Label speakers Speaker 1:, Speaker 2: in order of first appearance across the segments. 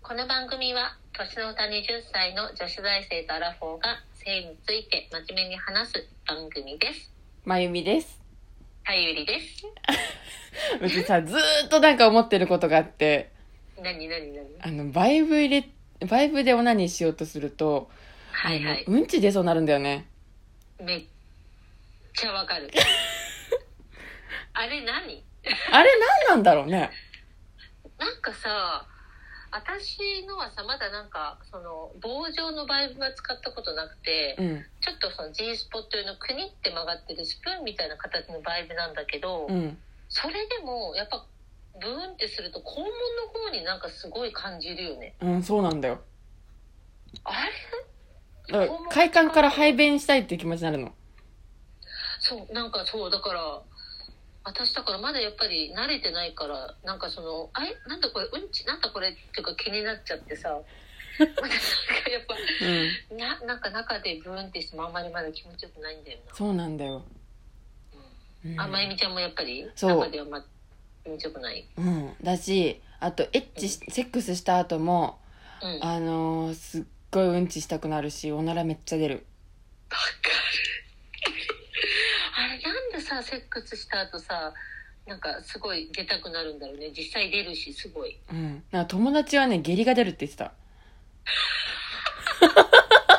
Speaker 1: この番組は年の差20歳の女子大生とアラフォーが性について真面目に話す番組です。
Speaker 2: まゆみです。
Speaker 1: はゆりです。
Speaker 2: うちさ、ずーっとなんか思ってることがあって、
Speaker 1: なになになに
Speaker 2: あの、バイブ入れ、バイブでオナニーしようとすると、
Speaker 1: はいはい
Speaker 2: あ。のうんち出そうになるんだよね。
Speaker 1: めっちゃわかる。あれ何
Speaker 2: あれ何なんだろうね。
Speaker 1: なんかさ、私のはさ、まだなんか、その、棒状のバイブは使ったことなくて、
Speaker 2: うん、
Speaker 1: ちょっとその G スポット用のくにって曲がってるスプーンみたいな形のバイブなんだけど、
Speaker 2: うん。
Speaker 1: それでもやっぱブーンってすると肛門の方になんかすごい感じるよね
Speaker 2: うん、そうなんだよ。
Speaker 1: あれ
Speaker 2: だから快感から排便したいっていう気持ちになるの。
Speaker 1: そうなんかそうだから私だからまだやっぱり慣れてないからなんかその「あれなんだこれうんちなんだこれ」っていうか気になっちゃってさまだなんかやっぱ
Speaker 2: うん。
Speaker 1: ななんか中でブーンってしてもあんまりまだ気持ちよくないんだよ
Speaker 2: そうなんだよ。うん
Speaker 1: な、あまゆみちゃんもやっぱり
Speaker 2: そう
Speaker 1: 中ではま気持ちよくない
Speaker 2: うん。だし、あと、エッチし、セックスした後も、
Speaker 1: うん
Speaker 2: あのー、すっごいうんちしたくなるし、おならめっちゃ出る。
Speaker 1: わかるあれなんでさセックスした後さなんかすごい出たくなるんだろうね実際出るしすごい
Speaker 2: うん。なんか友達はね、下痢が出るって言ってた。
Speaker 1: やっ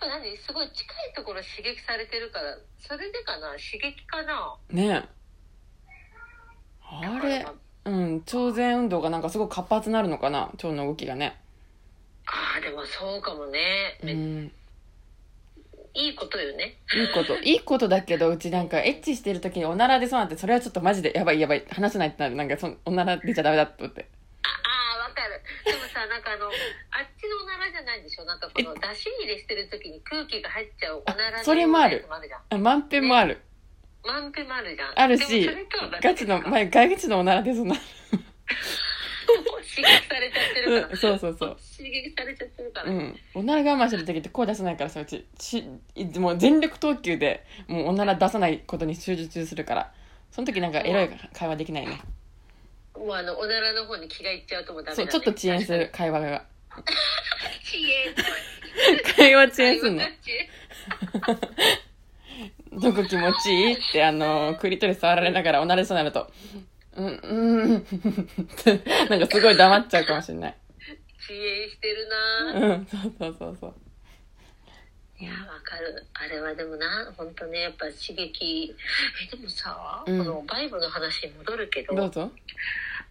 Speaker 1: ぱ何すごい近いところ刺激されてるからそれでかな刺激かな
Speaker 2: ねえあれ
Speaker 1: あ
Speaker 2: うん超前運動がなんかすごく活発になるのかな腸の動きがね
Speaker 1: あーでもそうかもね、
Speaker 2: うん
Speaker 1: めい
Speaker 2: い
Speaker 1: いことよね
Speaker 2: いこといいことだけどうちなんかエッチしてる時におなら出そうなんてそれはちょっとマジでやばいやばい話せないってなるなんかそのおなら出ちゃダメだと思って
Speaker 1: ああーわかるでもさなんかあのあっちのおならじゃないでしょなんかこの出し入れしてる時に空気が入っちゃうおならの
Speaker 2: あそれもある
Speaker 1: やつもあるじゃん
Speaker 2: あ満遍もある
Speaker 1: 満遍もあるじゃん
Speaker 2: ある
Speaker 1: で
Speaker 2: し
Speaker 1: もそれとはまた
Speaker 2: ガチの前ガチのおなら出そうな
Speaker 1: 刺激されちゃってるから、
Speaker 2: うんそうそうそう
Speaker 1: 刺激されちゃってるから、
Speaker 2: うんおなら我慢してる時って声出さないからさうちしもう全力投球でもうおなら出さないことに集中するからその時なんかエロい会話できないね
Speaker 1: もうあのおならの方に気がいっちゃうともうダメだ、
Speaker 2: そう
Speaker 1: ね、
Speaker 2: ちょっと遅延する会話が
Speaker 1: 遅延
Speaker 2: 会話遅延すんの
Speaker 1: 会話が遅延
Speaker 2: どこ気持ちいいって、あの、クリトリ触られながらおなれそうになると、うん、うん、 って、なんかすごい黙っちゃうかもしれない。
Speaker 1: 遅延してる
Speaker 2: う
Speaker 1: な、い
Speaker 2: ん、そうそうそうそう。
Speaker 1: やわかるあれはでもな本当ねやっぱ刺激えでもさ、
Speaker 2: うん
Speaker 1: このバイブの話に戻るけど
Speaker 2: どうぞ。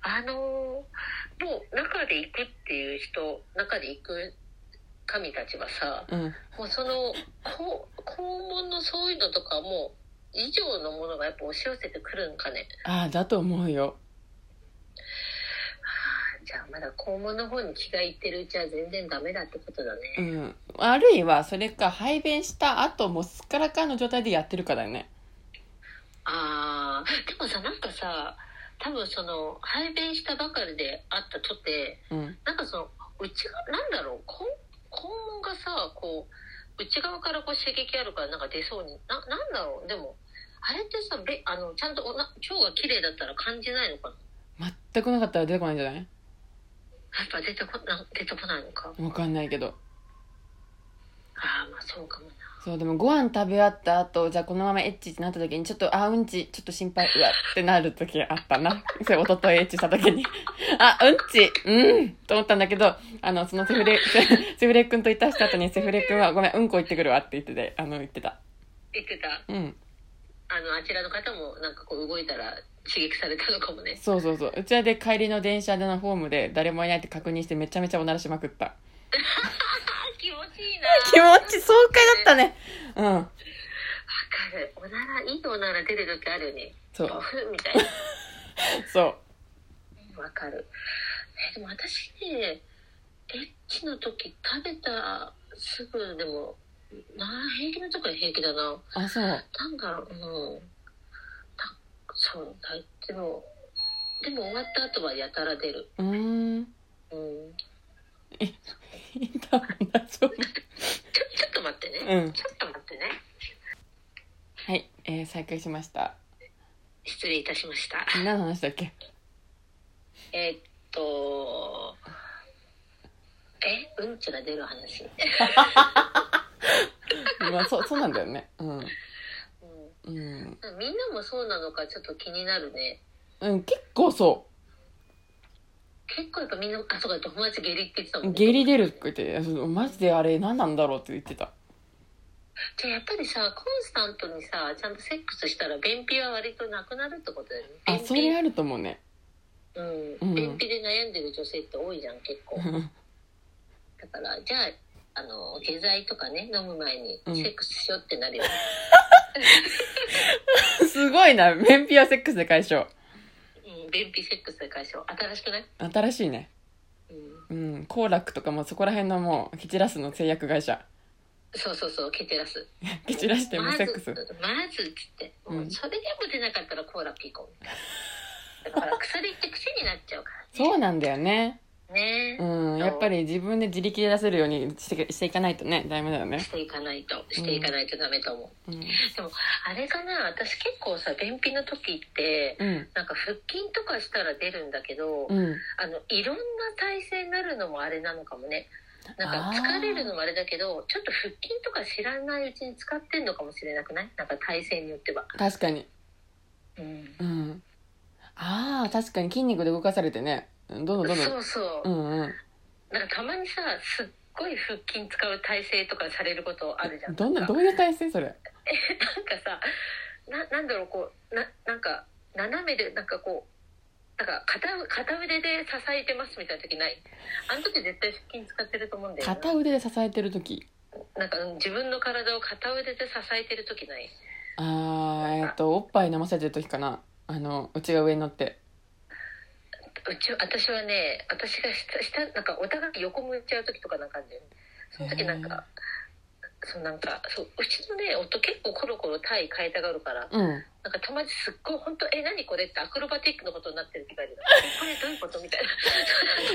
Speaker 1: あのーもう中で行くっていう人中で行く神たちはさ
Speaker 2: うん。
Speaker 1: もうそのこう肛門のそういうのとかも以上のものがやっぱ押し寄せてくるんかね
Speaker 2: ああ、だと思うよ。
Speaker 1: はあじゃあまだ肛門の方に気がいってるうちは全然ダメだってことだ
Speaker 2: う
Speaker 1: ね、
Speaker 2: ん。あるいは、それか、排便した後、もうすっからかんの状態でやってるからね。
Speaker 1: ああーでもさなんかさ多分その排便したばかりであったとて
Speaker 2: うん。
Speaker 1: なんかその内側なんだろうこ肛門がさこう内側からこう刺激あるからなんか出そうにななんだろうでもあれってさべあのちゃんとおな腸が綺麗だったら感じないのかな
Speaker 2: 全くなかったら出てこないんじゃない
Speaker 1: やっぱ出てこな出てこないのか
Speaker 2: わかんないけど。
Speaker 1: ああまあそうかもな
Speaker 2: そう、でもご飯食べ終わった後、じゃあこのままエッチってなった時に、ちょっと、あ、うんち、ちょっと心配、うわ、ってなる時あったな。 それ、おとといエッチした時に。 あ、うんち、うん、と思ったんだけど、あの、そのセフレ、 セセフレ君といたした後に、セフレ君は、ごめん、うんこ行ってくるわって言ってて、あの、言ってた。
Speaker 1: 言ってた
Speaker 2: うん。
Speaker 1: あのあちらの方もなんかこう動いたら刺激されたのかもね
Speaker 2: そうそうそう。うちはで帰りの電車でのホームで、誰もいないって確認して、めちゃめちゃおならしまくった。
Speaker 1: あ気持ちいいな
Speaker 2: 気持ち爽快だったね。うん。
Speaker 1: わかるおならいいおなら出る時あるよね
Speaker 2: そ
Speaker 1: バ
Speaker 2: う、
Speaker 1: フみたいな
Speaker 2: そう。
Speaker 1: わかるえでも私ねエッチの時食べたすぐでもなあ平気なとこは平気だな
Speaker 2: あ、そう。
Speaker 1: なんだろううんなそうだいでもでも終わった後はやたら出る
Speaker 2: うーん。
Speaker 1: うん
Speaker 2: いいんだ、大
Speaker 1: ちょちょ
Speaker 2: 丈夫。
Speaker 1: っと待ってね、
Speaker 2: うん
Speaker 1: ちょっと待ってね
Speaker 2: はい、えー、再開しました。
Speaker 1: 失礼いたしました
Speaker 2: 何の話だっけ
Speaker 1: えーっとうんちが出る話。
Speaker 2: まあ、そう、そうなんだよね。うん。
Speaker 1: うん
Speaker 2: うん。
Speaker 1: みんなもそうなのかちょっと気になるね。
Speaker 2: うん、結構そ
Speaker 1: 結構やっぱみんな、あ、そうか、友達下痢って言ってたもん
Speaker 2: う。
Speaker 1: ね。
Speaker 2: 下痢出るって言っていや、そうマジであれ何なんだろうって言ってた。
Speaker 1: じゃあやっぱりさ、コンスタントにさ、ちゃんとセックスしたら便秘は割となくなるってことだよね。
Speaker 2: あ、
Speaker 1: 便秘
Speaker 2: それあると思うね。
Speaker 1: うん。
Speaker 2: うん
Speaker 1: 便秘で悩んでる女性って多いじゃん、結構。
Speaker 2: うん
Speaker 1: だから、じゃあ、あの、下剤とかね、飲む前に
Speaker 2: うん
Speaker 1: セックスしようってなるよね。
Speaker 2: すごいな。便秘はセックスで解消。
Speaker 1: うん、便秘セックスで解消。新しくない
Speaker 2: 新しいね。
Speaker 1: うん。
Speaker 2: うん。幸楽とかもそこら辺のもう、蹴散らすの製薬会社。
Speaker 1: そうそうそう、蹴散らす。
Speaker 2: 蹴散らしても
Speaker 1: ま
Speaker 2: セックス。
Speaker 1: ず、まずっつって、もううんそれでも出なかったらコーラピーコだから薬って癖になっちゃうから。
Speaker 2: そうなんだよね。
Speaker 1: ね
Speaker 2: う、ん。やっぱり自分で自力で出せるようにしてしていかないとね、ダメだよね
Speaker 1: し。ていかないと、していかないとダメと思う。
Speaker 2: うん。
Speaker 1: あれかな、私結構さ、便秘の時って、
Speaker 2: うん。
Speaker 1: なんか腹筋とかしたら出るんだけど、
Speaker 2: うん。
Speaker 1: あの、いろんな体勢になるのもあれなのかもね。なん
Speaker 2: あ
Speaker 1: か
Speaker 2: ー
Speaker 1: 疲れるのもあれだけど、ちょっと腹筋とか知らないうちに使ってんのかもしれなくないなんか体勢によっては。
Speaker 2: 確かに。
Speaker 1: うん。
Speaker 2: うん。ああ、確かに筋肉で動かされてね。うんどんどんどんどん
Speaker 1: そうそう。。
Speaker 2: うんうん。
Speaker 1: なんかたまにさすっごい腹筋使う体勢とかされることあるじゃん
Speaker 2: どんな、
Speaker 1: なんか
Speaker 2: どういう体勢それ。
Speaker 1: なんかさななんだろうこうななんか斜めでなんかこうなんか片片腕で支えてますみたいな時ないあの時絶対腹筋使ってると思うんだよ
Speaker 2: 片腕で支えてる時。
Speaker 1: ななんかうん自分の体を片腕で支えてる時ない
Speaker 2: ああ、えっと、おっぱい飲ませてる時かな。あの、うちが上に乗って。
Speaker 1: うち私はね私が下下なんかお互い横向いちゃう時とかなんかあるんだよねその時なんかそうなんかそううちのね夫結構コロコロ体変えたがるから
Speaker 2: うん。
Speaker 1: なんか友達すっごい本当え何これってアクロバティックのことになってるって感じだこれどういうことみたい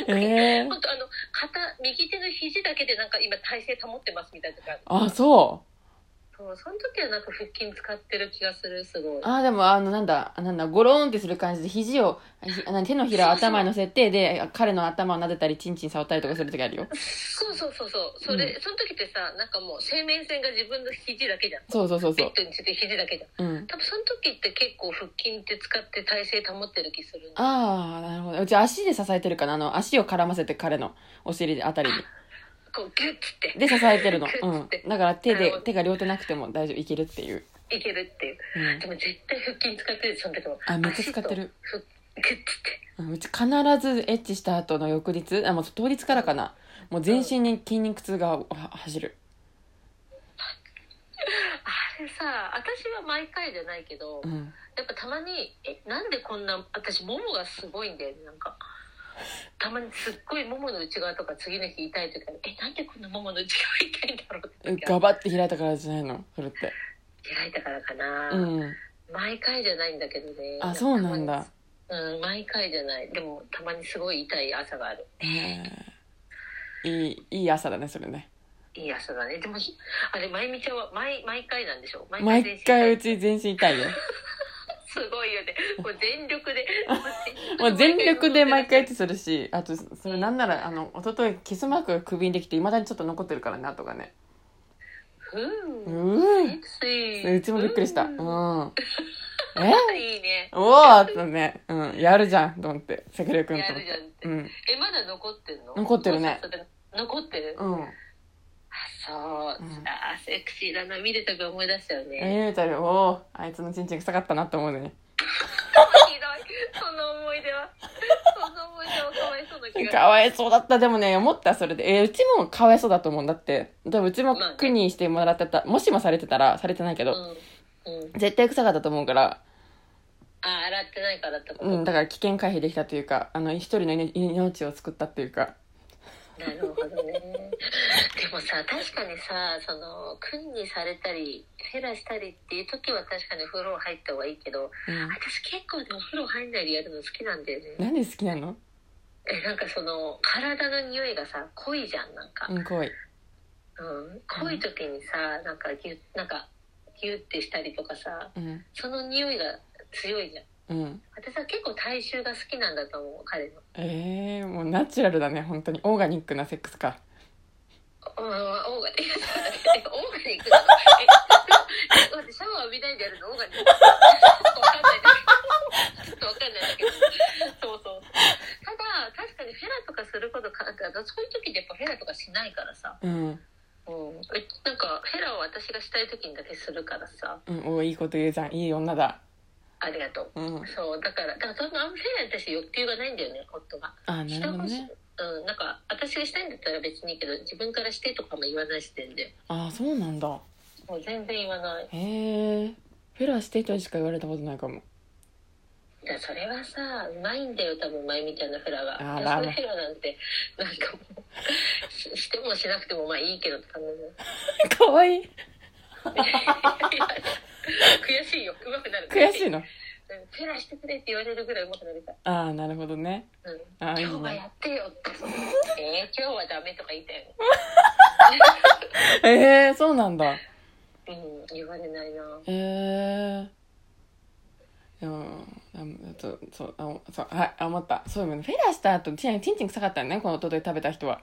Speaker 1: な
Speaker 2: ええー。
Speaker 1: 本当あの肩右手の肘だけでなんか今体勢保ってますみたいなとか
Speaker 2: あ、そ。
Speaker 1: そうその時はなんか腹筋使ってる気がするすごいう
Speaker 2: ああ、でも、あの、なんだ、なんだ、ゴローンってする感じで、肘を、ひあの手のひらを頭に乗せて、で、彼の頭を撫でたり、チンチン触ったりとかする時あるよ。
Speaker 1: そうそうそうそうそれ、その時ってさなんかもう生命線が自分の肘だけじゃん
Speaker 2: そうそうそう
Speaker 1: ベ
Speaker 2: そ
Speaker 1: ッ
Speaker 2: う。
Speaker 1: ドについて肘だけじゃん
Speaker 2: うん。
Speaker 1: 多分その時って結構腹筋って使って体勢保ってる気するんだ
Speaker 2: ああ、なるほど。うち足で支えてるかな。あの、足を絡ませて彼のお尻あたりに。
Speaker 1: こうギュッつって
Speaker 2: で支え てるの。
Speaker 1: グ
Speaker 2: う
Speaker 1: ッ
Speaker 2: ん
Speaker 1: て。
Speaker 2: だから手
Speaker 1: なるほ
Speaker 2: で
Speaker 1: ど、
Speaker 2: 手が両手なくても大丈夫、いけるっていう。
Speaker 1: いけるっていう
Speaker 2: うん
Speaker 1: でも絶対腹筋使ってるその時も
Speaker 2: あめっちゃ使ってる
Speaker 1: 足と腹グッつって
Speaker 2: うん。うち必ずエッチした後の翌日、あ、もう当日からかな。もう全身に筋肉痛がは走る。
Speaker 1: あれさ私は毎回じゃないけど
Speaker 2: うん。
Speaker 1: やっぱたまに「えなんでこんな私ももがすごいんだよねなんかたまにすっごいももの内側とか次の日痛い時あるえなんでこんなももの内側痛いんだろう」って時あ
Speaker 2: ガ
Speaker 1: る
Speaker 2: バって開いたからじゃないのそれって。
Speaker 1: 開いたからかな、
Speaker 2: うん。
Speaker 1: 毎回じゃないんだけどね
Speaker 2: あ、そうなんだ。
Speaker 1: たまにうん毎回じゃないでもたまにすごい痛い朝がある
Speaker 2: えーいい、いい朝だね、それね。
Speaker 1: いい朝だねでもひあれまゆみちゃんは毎毎回なんでしょ毎
Speaker 2: 毎回う
Speaker 1: 全身痛い
Speaker 2: ち全身痛 いよ。
Speaker 1: すごいよねもう全力で
Speaker 2: もう全力で毎回エッチするし、あと、それなんなら、あの、一昨日キスマークが首にできて、未だにちょっと残ってるからね、後がね。
Speaker 1: ふ
Speaker 2: う
Speaker 1: う
Speaker 2: ーん。
Speaker 1: セクシー
Speaker 2: うちもびっくりした。
Speaker 1: う
Speaker 2: う
Speaker 1: ん
Speaker 2: ん。え
Speaker 1: いいね
Speaker 2: おおとね、うん、やるじゃん、と思って。セクレ君
Speaker 1: や
Speaker 2: と思
Speaker 1: る
Speaker 2: っ。
Speaker 1: じゃんってて
Speaker 2: うん。
Speaker 1: えまだ残ってんの
Speaker 2: 残ってるね
Speaker 1: もうさ残ってる、あ
Speaker 2: うん。
Speaker 1: そう、
Speaker 2: うん
Speaker 1: あーセクシーだな見るたび思い出したよね、
Speaker 2: えゆうたる、おおあいつのちんちん臭かったなって思うね。
Speaker 1: ひどいその思い出 はその思い出はかわいそうな気が
Speaker 2: かわいそうだった。でもね、思った、それで。えーうちもかわいそうだと思うんだって。でもうちも
Speaker 1: まあね
Speaker 2: 苦にしてもらってた。もしもされてたら、されてないけど、
Speaker 1: うん、うん、
Speaker 2: 絶対臭かったと思うから、
Speaker 1: あー洗ってないからってこと、
Speaker 2: うん、だから危険回避できたというか、あの、一人の命命を救ったっていうか。
Speaker 1: なるほどねでもさ確かにさその訓にされたりフェラしたりっていう時は確かに風呂入った方がいいけど
Speaker 2: うん。
Speaker 1: 私結構ねお風呂入んないでやるの好きなんだよね、
Speaker 2: なんで好きなの
Speaker 1: えなんかその体の匂いがさ濃いじゃんなんか、
Speaker 2: うん、怖い。
Speaker 1: うん、濃い時にさなんかギュッなんかギュッてしたりとかさ
Speaker 2: うん。
Speaker 1: その匂いが強いじゃん
Speaker 2: うん。
Speaker 1: 私は結構大衆が好きなんだと思う彼の
Speaker 2: えー、もうナチュラルだね、本当に。オーガニックなセックスか。
Speaker 1: うん、オーガニック。えオーガニックなのえ、待って、シャワー浴びないでやるのオーガニック。わかんないだけど。ちょっとわかんないだけど。そうそう。ただ、確かにフェラとかすることか、なんかそういう時ってやっぱフェラとかしないからさ。
Speaker 2: うん、
Speaker 1: うん。えなんか、フェラを私がしたい時にだけするからさ。
Speaker 2: うん、おーいいこと言うじゃんいい女だ
Speaker 1: ありがとう。
Speaker 2: うん
Speaker 1: そう、だから、だから多分あんまフェラに対して欲求がないんだよね、夫が。
Speaker 2: あな
Speaker 1: 人
Speaker 2: るほ
Speaker 1: が
Speaker 2: ど
Speaker 1: し
Speaker 2: ね
Speaker 1: うん、なんか、私がしたいんだったら別にいいけど、自分からしてとかも言わない時点で。
Speaker 2: あそうなんだ
Speaker 1: もう全然言わない。
Speaker 2: へえフェラしてとしか言われたことないかも
Speaker 1: いやそれはさうまいんだよ多分前みたいなフラは
Speaker 2: あら
Speaker 1: そういうフラなんてなんかもうし してもしなくてもまあいいけどって感じだ
Speaker 2: かわいい
Speaker 1: よいや 悔しいようまくなる
Speaker 2: 悔しいの
Speaker 1: うんフラしてくれって言われるぐらいうまくなりたい、
Speaker 2: ああなるほどね
Speaker 1: うん、
Speaker 2: あーいい
Speaker 1: 今日は
Speaker 2: ね
Speaker 1: やってよって えー、今日はダメとか言いたい
Speaker 2: えー、そうなんだ
Speaker 1: の、うん、言われないな
Speaker 2: えーうんあそうそうあそうはいあ思ったそうよねフェラした後ちんちん臭かったよねこのおととい食べた人は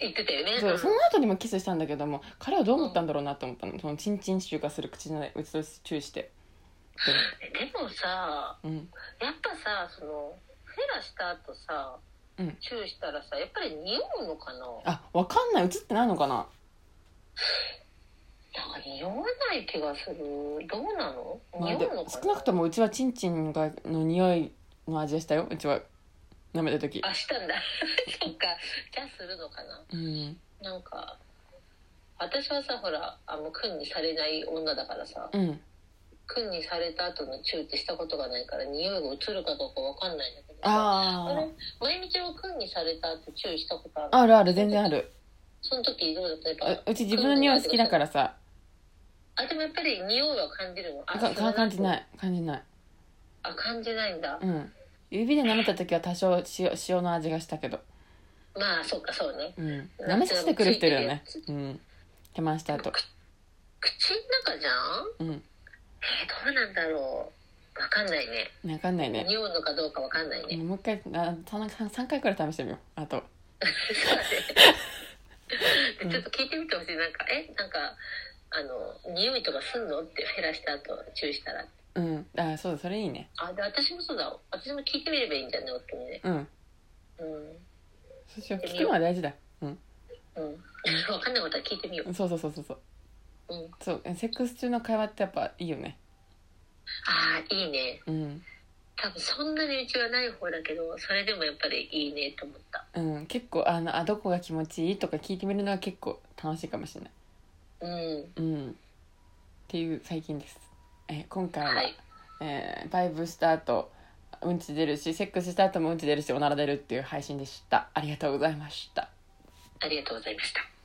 Speaker 1: 言ってたよね
Speaker 2: そうその
Speaker 1: ん
Speaker 2: 後にもキスしたんだけども彼はどう思ったんだろうなと思ったのそのチンチン臭がする口のうちと注意して
Speaker 1: でもさ
Speaker 2: でもうん
Speaker 1: やっぱさそのフラした後さ、
Speaker 2: うん
Speaker 1: チューしたらさやっぱり匂うのかな
Speaker 2: あわかんない映ってないのかな
Speaker 1: なんか匂わない気がする。どうなの？
Speaker 2: まあ、
Speaker 1: 匂
Speaker 2: で
Speaker 1: うのかな。
Speaker 2: 少なくともうちはチンチンがの匂いの味がしたようちは舐めた時
Speaker 1: あしたんだ。 そっか。じゃあするのかな。
Speaker 2: うん
Speaker 1: なんか私はさほらあの君にされない女だからさ、
Speaker 2: うん
Speaker 1: 君にされた後のチューってしたことがないから匂いが移るかどうかわかんないんだけどさ。あ
Speaker 2: あ
Speaker 1: れまゆみちゃんは君にされた後チューしたことある？
Speaker 2: ああるある全然ある
Speaker 1: その時どうだった？やっぱ
Speaker 2: あうち自分の匂い好きだからさ
Speaker 1: あでもやっぱり匂いは感じるの。あ。
Speaker 2: かか感じないい感じない
Speaker 1: あ感じないんだ。
Speaker 2: うん指で舐めた時は多少塩塩の味がしたけど、
Speaker 1: まあそっかそうね。
Speaker 2: うん、舐めさせてくる人いるよねうんけました後
Speaker 1: 口の中じゃん？
Speaker 2: う
Speaker 1: え
Speaker 2: ん
Speaker 1: ーどうなんだろうわかんないね
Speaker 2: わかんないね
Speaker 1: 匂うのかどうかわかんないね
Speaker 2: もう一回あ田中さん3回くらい試してみようあと
Speaker 1: でちょっと聞いてみてほしいなんかえなんかあの匂いとかすんのって減らした後注意したら
Speaker 2: うんあそうだそれいいね
Speaker 1: あで私もそうだ私も聞いてみればいいんじゃない夫にね
Speaker 2: うん
Speaker 1: う
Speaker 2: そうしよう聞くのは大事だうん
Speaker 1: んうん 分かんないことは聞いてみよ
Speaker 2: そうそうそうそうそう
Speaker 1: う、うん、
Speaker 2: そうセックス中の会話ってやっぱいいよね
Speaker 1: ああいいね
Speaker 2: うん、
Speaker 1: 多分そんなにうちはない方だけどそれでもやっぱりいいねと思った
Speaker 2: うん、結構あのあどこが気持ちいいとか聞いてみるのは結構楽しいかもしれない
Speaker 1: うん
Speaker 2: うんっていう最近ですえ今回は、
Speaker 1: はい
Speaker 2: えーバイブした後うんち出るしセックスした後もうんち出るしおなら出るっていう配信でしたありがとうございました
Speaker 1: ありがとうございました